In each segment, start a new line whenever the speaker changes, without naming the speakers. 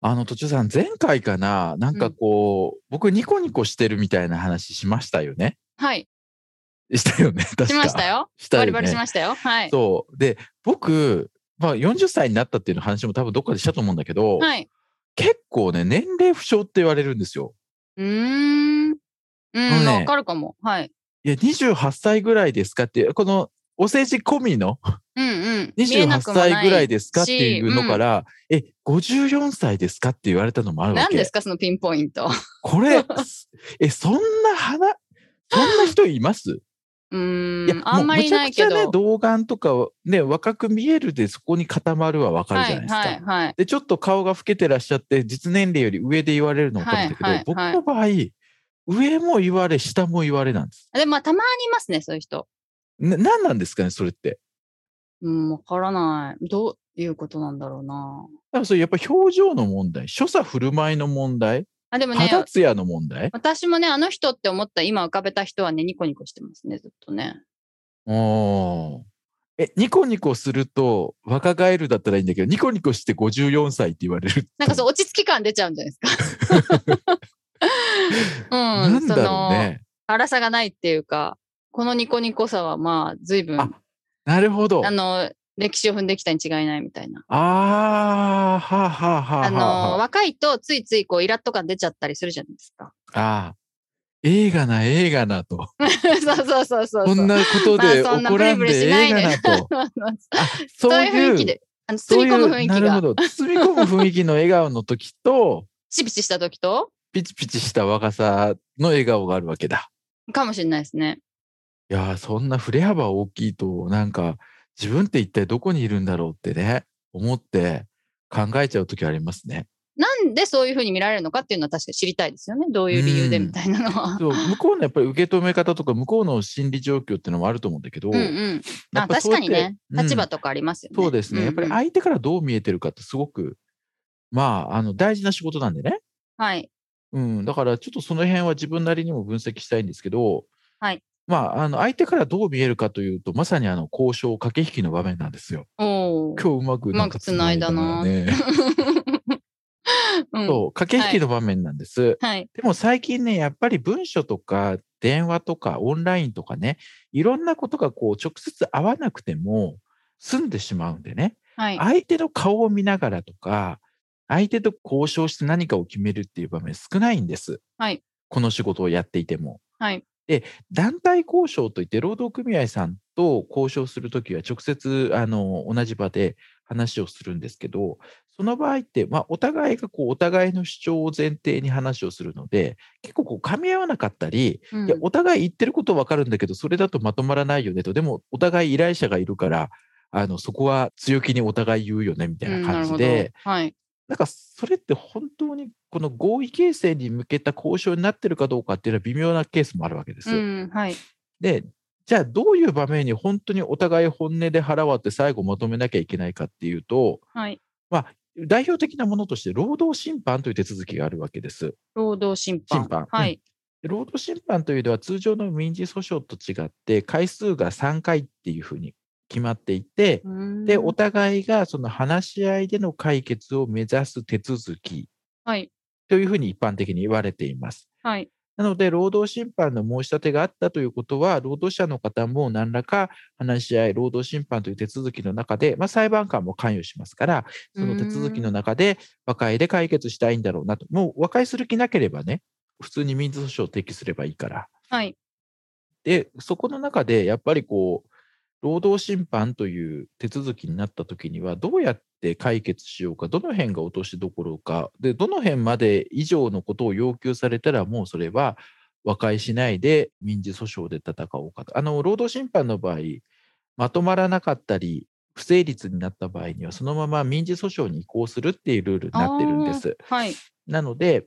あの、途中さん、前回かな、なんかこう、僕、ニコニコしてるみたいな話しましたよね。
はい
したよね、確か
しました。よ
したよね。
バリバリしましたよはい
そう。で、僕、まあ、40歳になったっていう話も多分どっかでしたと思うんだけど、
はい
結構ね、年齢不詳って言われるんですよ。
うーんう
あ
ーん、
のね
わかるかもはい
いや、28歳ぐらいですかっていう、この、お世辞込みの
うんうん見えな
28
くもない
歳ぐらいですかっていうのか
し
ら、え、54歳ですかって言われたのもあるわけ。
何ですかそのピンポイント
こ れ、すえ、そんな花、そんな人います
う
いや
ーん
もう
あんまりないけ
むちゃくちゃ
ど
ね、童顔とかは、ね、若く見えるで、そこに固まるはわかるじゃないですか。
はいはいはい
で、ちょっと顔が老けてらっしゃって、実年齢より上で言われるのも多分だけど、
はいはい
僕
はい
の場合、上も言われ、下も言われなんです。
でもまあたまにいますね、そういう人。
な、何なんですかね、それって。
うん、わからない。どういうことなんだろうな。
だからそれやっぱ表情の問題、所作振る舞いの問題、
あ、でもね、
肌ツヤの問題。
私もね、あの人って思った今浮かべた人はね、ニコニコしてますね、ずっとね。
おーえ、ニコニコすると若返るだったらいいんだけど、ニコニコして54歳って言われる。
なんかそう、落ち着き感出ちゃうんじゃないです か。う、
なんん
そ
だろ
の、
うね。
荒さがないっていうか、このニコニコさはまあ、随分、
あ
あ
なるほど。あ
の、歴史を踏んできたに違いないみたいな。
あー、はあ、はあは
あ
あは
の、
あ、
若いとついついこう、イラッと感出ちゃったりするじゃないです か。
ああ。映画な、映画なと。
そうそうそうそうそう。
こんなことで
まあそんな
怒らん
ブリ
で
ブリしない
映
で
画な と。あ
そ
そう
いう雰囲気
いう、
で、あの
そう
包
い
み込む雰囲
う、
気
な
が。
るほど。包み込む雰囲気の笑顔の時と、
ピチピチした時と
ピチピチした若さの笑顔があるわけだ。
かもしれないですね。
いやーそんな振れ幅大きいと、なんか、自分って一体どこにいるんだろうってね、思って考えちゃう時ありますね。
なんでそういうふうに見られるのかっていうのは確かに知りたいですよね。どういう理由で
うん
みたいなのは。
そう向こうのやっぱり受け止め方とか、向こうの心理状況ってのもあると思うんだけど、
うんうん。
や
あ
っぱ
確
そうや
か
っ
に
て
ね、
うん
立場とかありますよね。
そうですね。やっぱり
うんうん
相手からどう見えてるかってすごく、まあ、あの、大事な仕事なんでね。
はい。
うん。だから、ちょっとその辺は自分なりにも分析したいんですけど、
はい。
まあ、あの、相手からどう見えるかというと、まさにあの、交渉駆け引きの場面なんですよ。
おー
今日うまくなんか繋いだな
う
ね。
うん
そう、駆け引きの場面なんです。
はい。
でも最近ね、やっぱり文書とか電話とかオンラインとかね、いろんなことがこう直接会わなくても済んでしまうんでね、
はい。
相手の顔を見ながらとか、相手と交渉して何かを決めるっていう場面少ないんです。
はい
この仕事をやっていても。
はい
で、団体交渉といって、労働組合さんと交渉するときは直接あの同じ場で話をするんですけど、その場合って、まあ、お互いがこうお互いの主張を前提に話をするので、結構こう噛み合わなかったり、
うん
いやお互い言ってることわかるんだけど、それだとまとまらないよねと、でもお互い依頼者がいるから、あのそこは強気にお互い言うよねみたいな感じ
うんな
で
る、ほどはい。
なんかそれって本当にこの合意形成に向けた交渉になってるかどうかっていうのは微妙なケースもあるわけです。
うん。はい。
で、じゃあどういう場面に本当にお互い本音で腹割って最後まとめなきゃいけないかっていうと、
はい。
代表的なものとして労働審判という手続きがあるわけです。
労働審判。
審判
はい。
で労働審判というのは通常の民事訴訟と違って回数が3回っていうふうに決まっていて、で、お
うーん
互いがその話し合いでの解決を目指す手続き
はい。
というふうに一般的に言われています。
はい。
なので、労働審判の申し立てがあったということは、労働者の方も何らか話し合い、労働審判という手続きの中で、まあ、裁判官も関与しますから、その手続きの中で和解で解決したいんだろうなと、もう和解する気なければね、普通に民事訴訟を提起すればいいから。
はい。
で、そこの中でやっぱりこう、労働審判という手続きになったときには、どうやって解決しようか、どの辺が落としどころか、で、どの辺まで以上のことを要求されたら、もうそれは和解しないで民事訴訟で戦おうかと。あの、労働審判の場合、まとまらなかったり、不成立になった場合には、そのまま民事訴訟に移行するっていうルールになってるんです。
はい。
なので、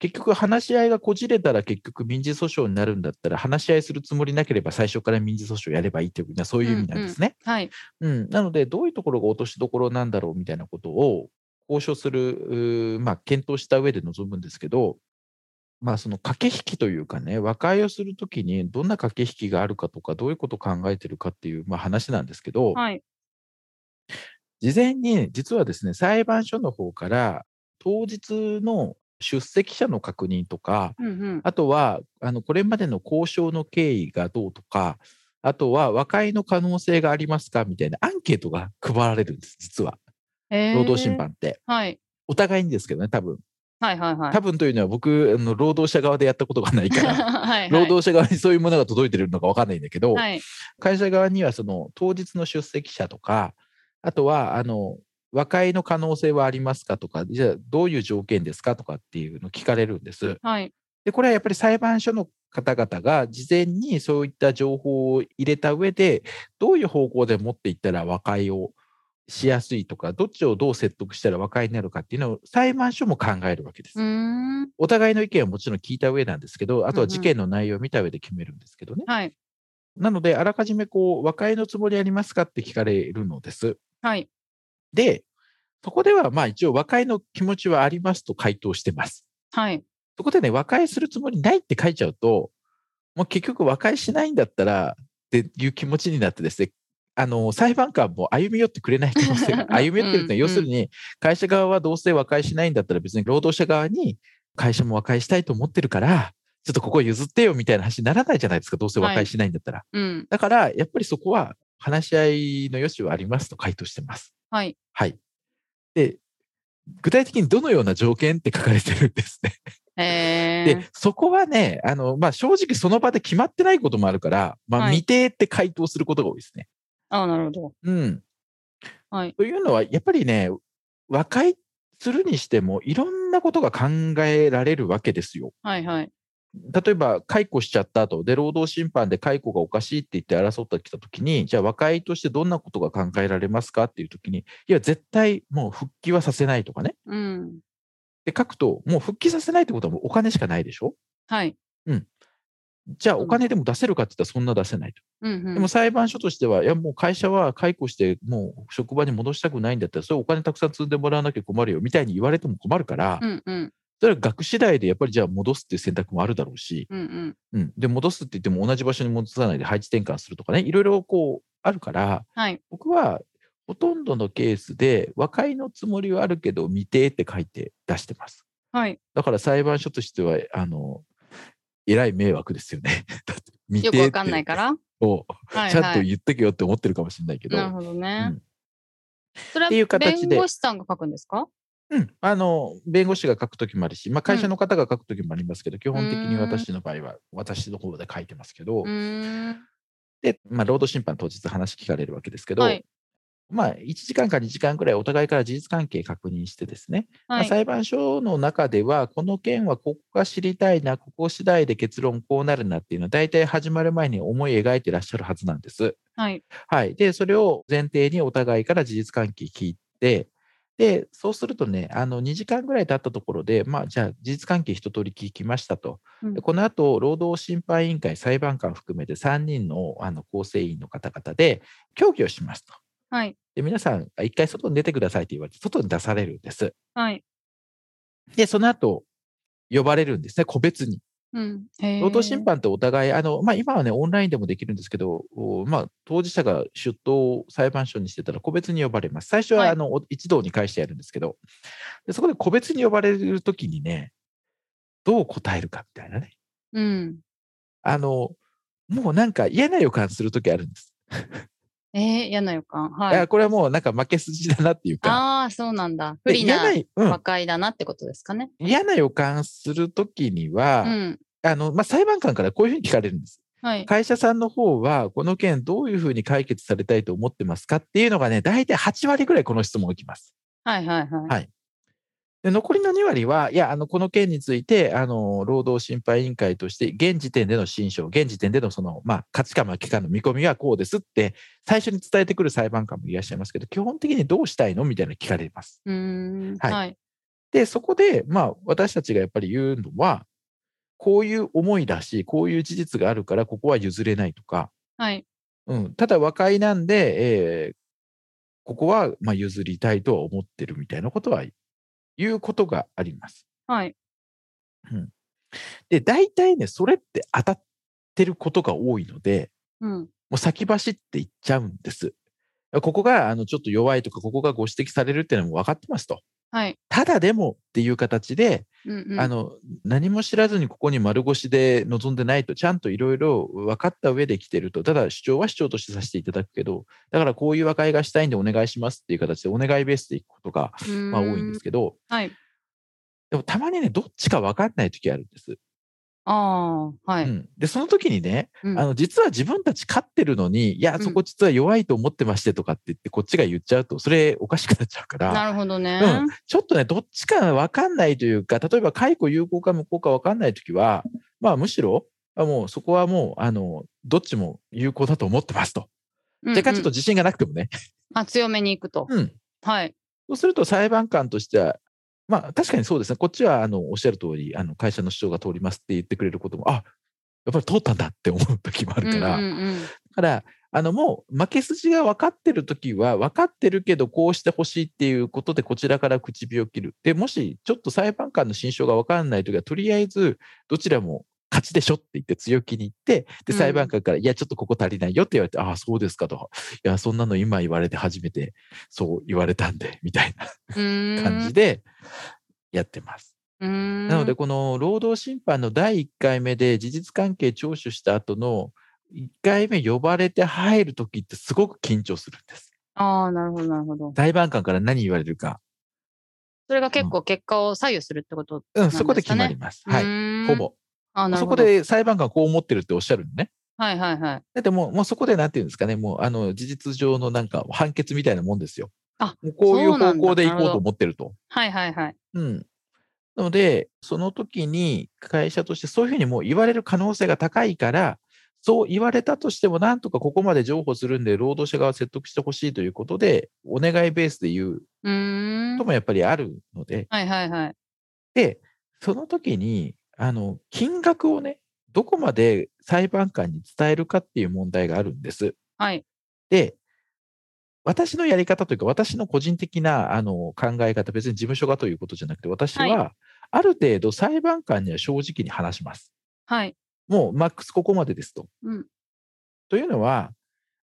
結局話し合いがこじれたら結局民事訴訟になるんだったら話し合いするつもりなければ最初から民事訴訟やればいいというようなそういう意味なんですね。
はい。
うん、なので、どういうところが落としどころなんだろうみたいなことを交渉する、うーまあ、検討した上で臨むんですけど、まあ、その駆け引きというかね、和解をするときにどんな駆け引きがあるかとか、どういうことを考えてるかっていう、まあ、話なんですけど、
はい。
事前に実はですね、裁判所の方から当日の出席者の確認とか、
うんうん。
あとは、あのこれまでの交渉の経緯がどうとか、あとは和解の可能性がありますかみたいなアンケートが配られるんです、実は、
えー
労働審判って。
はい。
お互いにですけどね、多分
はいはいはい。
多分というのは、僕、あの労働者側でやったことがないから、
はいはい。
労働者側にそういうものが届いてるのか分かんないんだけど、
はい。
会社側にはその当日の出席者とか、あとはあの和解の可能性はありますかとか、じゃあどういう条件ですかとかっていうのを聞かれるんです。
はい。
で、これはやっぱり裁判所の方々が事前にそういった情報を入れた上で、どういう方向で持っていったら和解をしやすいとか、どっちをどう説得したら和解になるかっていうのを裁判所も考えるわけです。
うーん。
お互いの意見はもちろん聞いた上なんですけど、あと
う
は
んうん
事件の内容を見た上で決めるんですけどね。
はい。
なので、あらかじめこう和解のつもりありますかって聞かれるのです。
はい。
で、そこではまあ一応和解の気持ちはありますと回答してます。
はい。
そこでね、和解するつもりないって書いちゃうと、もう結局和解しないんだったらっていう気持ちになってですね、あの裁判官も歩み寄ってくれない可能性 が、歩み寄ってるってのは、要するに、会社側はどうせ和解しないんだったら、別に労働者側に会社も和解したいと思ってるから、ちょっとここ譲ってよみたいな話にならないじゃないですか、どうせ和
は
解
い
しないんだったら。
うん。
だから、やっぱりそこは話し合いの余地はありますと回答してます。
はい。
はい。で、具体的にどのような条件って書かれてるんですね。
えー。
で、そこはね、あの、まあ、正直その場で決まってないこともあるから、まあ、
はい
未定って回答することが多いですね。
ああ、なるほど。
うん。
はい
というのは、やっぱりね、和解するにしても、いろんなことが考えられるわけですよ。
はいはい。
例えば、解雇しちゃった後で、労働審判で解雇がおかしいって言って争ってきたときに、じゃあ和解としてどんなことが考えられますかっていうときに、いや、絶対もう復帰はさせないとかね。
うん。
で、書くと、もう復帰させないってことはもうお金しかないでしょ
はい。
じゃあ
うん
お金でも出せるかって言ったらそんな出せないと。
うんうん。
でも裁判所としては、いやもう会社は解雇して、もう職場に戻したくないんだったら、それお金たくさん積んでもらわなきゃ困るよみたいに言われても困るから、
うんうん。
それは額次第でやっぱりじゃあ戻すっていう選択もあるだろうし、
うんうん。
うん、で戻すって言っても同じ場所に戻さないで配置転換するとかね、いろいろこうあるから、
はい。
僕はほとんどのケースで和解のつもりはあるけど未定って書いて出してます。
はい。
だから裁判所としては、あの、えらい迷惑ですよね。 だって未定
よ
っ
く
て
わかんないから。
を
はい
ちゃん
は
と
い。
言ってけよって思ってるかもしれないけど、
なるほどね。
うん
それは
っていう形で
弁護士さんが書くんですか
うん、あの弁護士が書くときもあるし、まあ、会社の方が書くときもありますけど、基本的に
うーん
私の場合は私の方で書いてますけど、
うーん。
で、まあ、労働審判当日話聞かれるわけですけど、
はい。
まあ、1時間か2時間くらいお互いから事実関係確認してですね、ま
は
あ
い。
裁判所の中では、この件はここが知りたいな、ここ次第で結論こうなるなっていうのは、大体始まる前に思い描いてらっしゃるはずなんです。
はい。
はい。で、それを前提にお互いから事実関係聞いて、で、そうするとね、あの、2時間ぐらい経ったところで、まあ、じゃあ、事実関係一通り聞きましたと。
うん
でこの後、労働審判委員会、裁判官含めて3人のあの構成委員の方々で、協議をしますと。
はい。
で、皆さん、あ一回外に出てくださいと言われて、外に出されるんです。
はい。
で、その後、呼ばれるんですね、個別に。
うん。へー
労働審判ってお互い、あのまあ、今はね、オンラインでもできるんですけど、おまあ、当事者が出頭を裁判所にしてたら、個別に呼ばれます。最初
は
はいあの、お一堂に会してやるんですけど、でそこで個別に呼ばれるときにね、どう答えるかみたいなね、
うん。
あのもうなんか嫌な予感するときあるんです、
えー、嫌な予感。
あ
はい。
これはもうなんか負け筋だなっていうか、
ああ、そうなんだ。不
で
利
嫌
な
な,、うん
和、解だなってことですかね。
嫌な予感するときには、
うん。
あのまあ、裁判官からこういうふうに聞かれるんです。
はい。
会社さんの方は、この件、どういうふうに解決されたいと思ってますかっていうのがね、大体8割ぐらいこの質問をきます。
はいはいはい。
はいで残りの2割は、いや、あのこの件についてあの、労働審判委員会として、現時点での心証、現時点でのその、まあ、価値観、期間の見込みはこうですって、最初に伝えてくる裁判官もいらっしゃいますけど、基本的にどうしたいのみたいな聞かれます。
うんはい、はい、
で、そこで、まあ、私たちがやっぱり言うのは、こういう思いだし、こういう事実があるから、ここは譲れないとか、
はい
うん、ただ和解なんで、えー、ここはまあ譲りたいとは思ってるみたいなことはいうことがあります。
はい。
うん、で、大体ね、それって当たってることが多いので、
うん、も
う先走っていっちゃうんです。ここがあのちょっと弱いとか、ここがご指摘されるっていうのも分かってますと。
はい、
ただでもっていう形で、
うんうん、
あの何も知らずにここに丸腰で臨んでないとちゃんといろいろ分かった上で来てるとただ主張は主張としてさせていただくけどだからこういう和解がしたいんでお願いしますっていう形でお願いベースでいくことが、まあ、多いんですけど、
はい、
でもたまにねどっちか分かんない時あるんです。、
あはい、うん
でその時にね、うん、あの実は自分たち勝ってるのに、いや、そこ実は弱いと思ってましてとかって言って、こっちが言っちゃうと、それおかしくなっちゃうから、
なるほどね、
うん、ちょっとね、どっちか分かんないというか、例えば解雇有効か無効か分かんない時は、まあ、むしろ、もうそこはもうあの、どっちも有効だと思ってますと。若干、うん、ちょっと自信がなくてもね。
あ強めにいくと。
うん
はい、
そうすると裁判官としては、まあ、確かにそうですね、こっちはあのおっしゃる通り、あの会社の主張が通りますって言ってくれることも、あやっぱり通ったんだって思う時もあるから、だからあのもう負け筋が分かってる時は、分かってるけど、こうしてほしいっていうことで、こちらから口火を切る。でもし、ちょっと裁判官の心証が分からない時は、とりあえず、どちらも勝ちでしょって言って強気に言って、で、裁判官から、いや、ちょっとここ足りないよって言われて、ああ、そうですかと。いや、そんなの今言われて初めてそう言われたんで、みたいな 感じでやってます。
な
ので、この労働審判の第1回目で事実関係聴取した後の1回目呼ばれて入る時ってすごく緊張するんです。
ああ、なるほど、なるほど。
裁判官から何言われるか。
それが結構結果を左右するってこと
ですね、
ね、
うん、そこで決まります。はい。ほぼ。そこで裁判官こう思ってるっておっしゃるのね。
はいはいはい。
だってもうもうそこでなんていうんですかね、もうあの事実上のなんか判決みたいなもんですよ。
あ
こういう方向でいこうと思ってると。
はいはいはい。
うん。なので、その時に会社としてそういうふうにもう言われる可能性が高いから、そう言われたとしても、なんとかここまで譲歩するんで、労働者側説得してほしいということで、お願いベースで言うこともやっぱりあるので。
はいはいはい。
で、その時に、あの、金額をね、どこまで裁判官に伝えるかっていう問題があるんです。
はい。
で、私のやり方というか、私の個人的なあの考え方、別に事務所がということじゃなくて、私は、ある程度裁判官には正直に話します。
はい。
もう、マックスここまでですと。
うん。
というのは、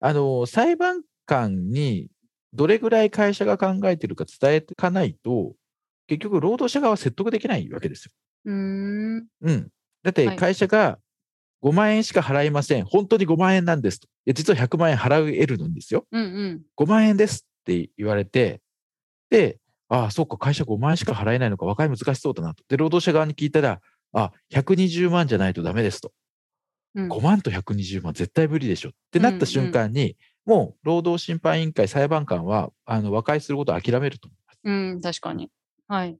あの、裁判官にどれぐらい会社が考えてるか伝えていかないと、結局、労働者側は説得できないわけですよ。
うん,
うん。だって会社が5万円しか払いません。はい、本当に5万円なんですと。いや、実は100万円払えるんですよ。
うんうん、
5万円ですって言われて、で、ああ、そうか、会社5万円しか払えないのか、和解難しそうだなと。で、労働者側に聞いたら、あ、120万じゃないとダメですと。うん、5万と120万絶対無理でしょってなった瞬間に、うんうん、もう労働審判委員会裁判官はあの和解することを諦めると思います。
うん、確かに。はい。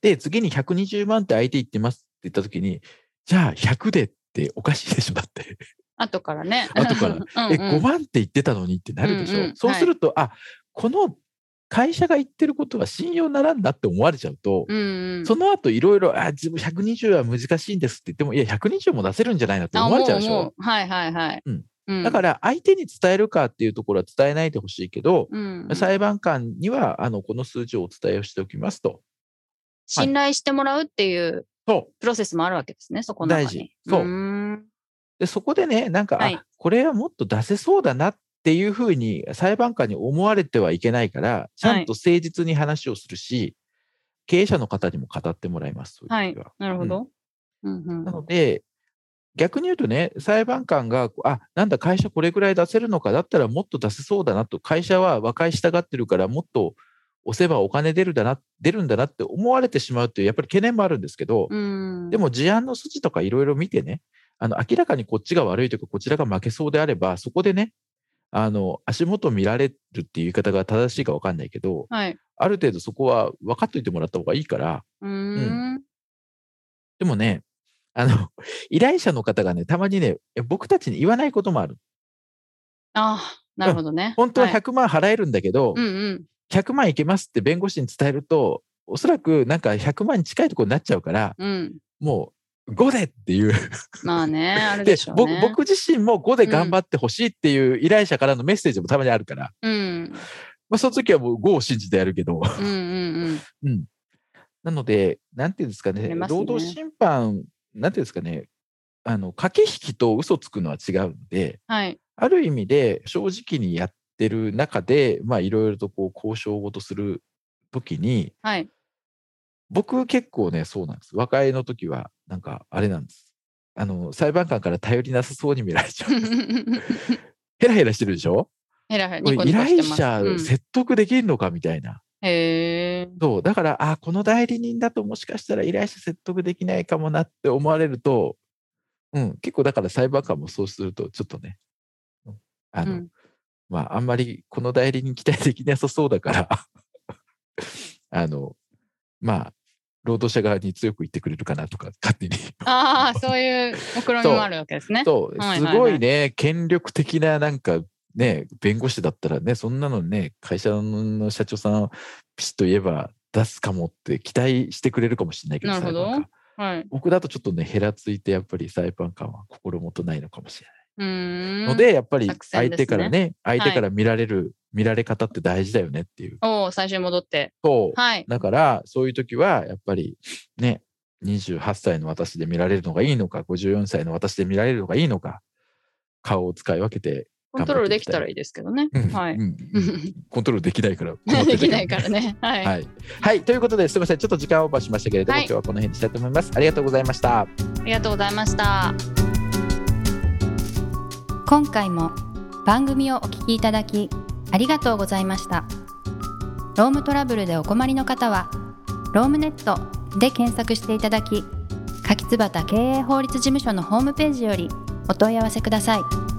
で、次に120万って相手言ってますって言ったときに、じゃあ100でっておかしいでしょ、だって。
後からね。
後から。 え、うんうん、5万って言ってたのにってなるでしょ。うんうん、そうすると、はい、あ、この会社が言ってることは信用ならんなって思われちゃうと、
うんうん、
その後いろいろ、あ、自分120は難しいんですって言っても、いや、120も出せるんじゃないなって思われちゃうでしょ。
はいはいはい。
うんだから相手に伝えるかっていうところは伝えないでほしいけど、
うんうん、
裁判官にはあのこの数字をお伝えをしておきますと、
信頼してもらうっていうプロセスもあるわけですね、はい、そこの
大事そうでそこでね、なんか、はい、これはもっと出せそうだなっていうふうに裁判官に思われてはいけないから、ちゃんと誠実に話をするし、はい、経営者の方にも語ってもらいます、そう
いう時は。なるほど、うんうん
なので、逆に言うとね、裁判官が、あなんだ、会社これぐらい出せるのか、だったらもっと出せそうだなと、会社は和解したがってるから、もっと押せばお金出るだな出るんだなって思われてしまうというやっぱり懸念もあるんですけど、でも事案の筋とかいろいろ見てねあの明らかにこっちが悪いとかこちらが負けそうであればそこでねあの足元見られるっていう言い方が正しいか分かんないけど、
はい。
ある程度そこは分かっといてもらった方がいいから、
うーん。
でもね、あの 依頼者の方がね、たまにね、え僕たちに言わないこともある。
ああ、なるほどね。
本当は
はい
100万払えるんだけど、
うんうん。
100万いけますって弁護士に伝えると、おそらくなんか100万に近いところになっちゃうから、
うん。
もう5でっていう。
まあね、あ る
で
でしょう
僕
ね。
僕自身も5で頑張ってほしいっていう依頼者からのメッセージもたまにあるから、
うん。
まあ、その時はもう5を信じてやるけど。
うんうん
なので、なんていうんですか
あ
ね、
りますね
労働審判、なんていうんですかね、あの駆け引きと嘘つくのは違うので、
うん。はい。
ある意味で正直にやってる中で、まあ、いろいろとこう交渉ごとするときに、
はい。
僕結構ね、そうなんです。和解の時は、なんかあれなんです。あの裁判官から頼りなさそうに見られちゃう。 ヘラヘラしてるでしょ
ヘラヘラ
こ
ニ
れ
コ
依
ニコして
頼
ます。
者
うん
説得できるのかみたいな。
へー
そうだからあこの代理人だともしかしたら依頼者説得できないかもなって思われると、うん、結構だから裁判官もそうするとちょっとねうんあの、
うん
まああんまりこの代理人期待できなさそうだからあのまあ労働者側に強く言ってくれるかなとか勝手に
ああ、そういう目論みもあるわけですね。
そう
はい
す
はいはい
ごいね権力的ななんかね弁護士だったらねそんなのね会社の社長さんピシッと言えば出すかもって期待してくれるかもしれないけど
なるほど
裁判官
はい。
僕だとちょっとねへらついてやっぱり裁判官は心もとないのかもしれ
うー。
なんいので、やっぱり
作戦
相
ですね
手からね相手
はい
から見られる、見られ方って大事だよねっていう
おお、最初に戻って。
と、
はい。
だからそういう時はやっぱりね28歳の私で見られるのがいいのか54歳の私で見られるのがいいのか顔を使い分けて
コントロールできたらいいですけどね。はい。
うんうんコントロールできないから困って
で
るけ
き
ど
ないからね。はい。
はい、はい、ということですみませんちょっと時間オーバーしましたけれども、
はい
今日はこの辺にしたいと思いますありがとうございました
ありがとうございました。
今回も番組をお聞きいただきありがとうございましたロームトラブルでお困りの方は「ロームネット」で検索していただき柿椿経営法律事務所のホームページよりお問い合わせください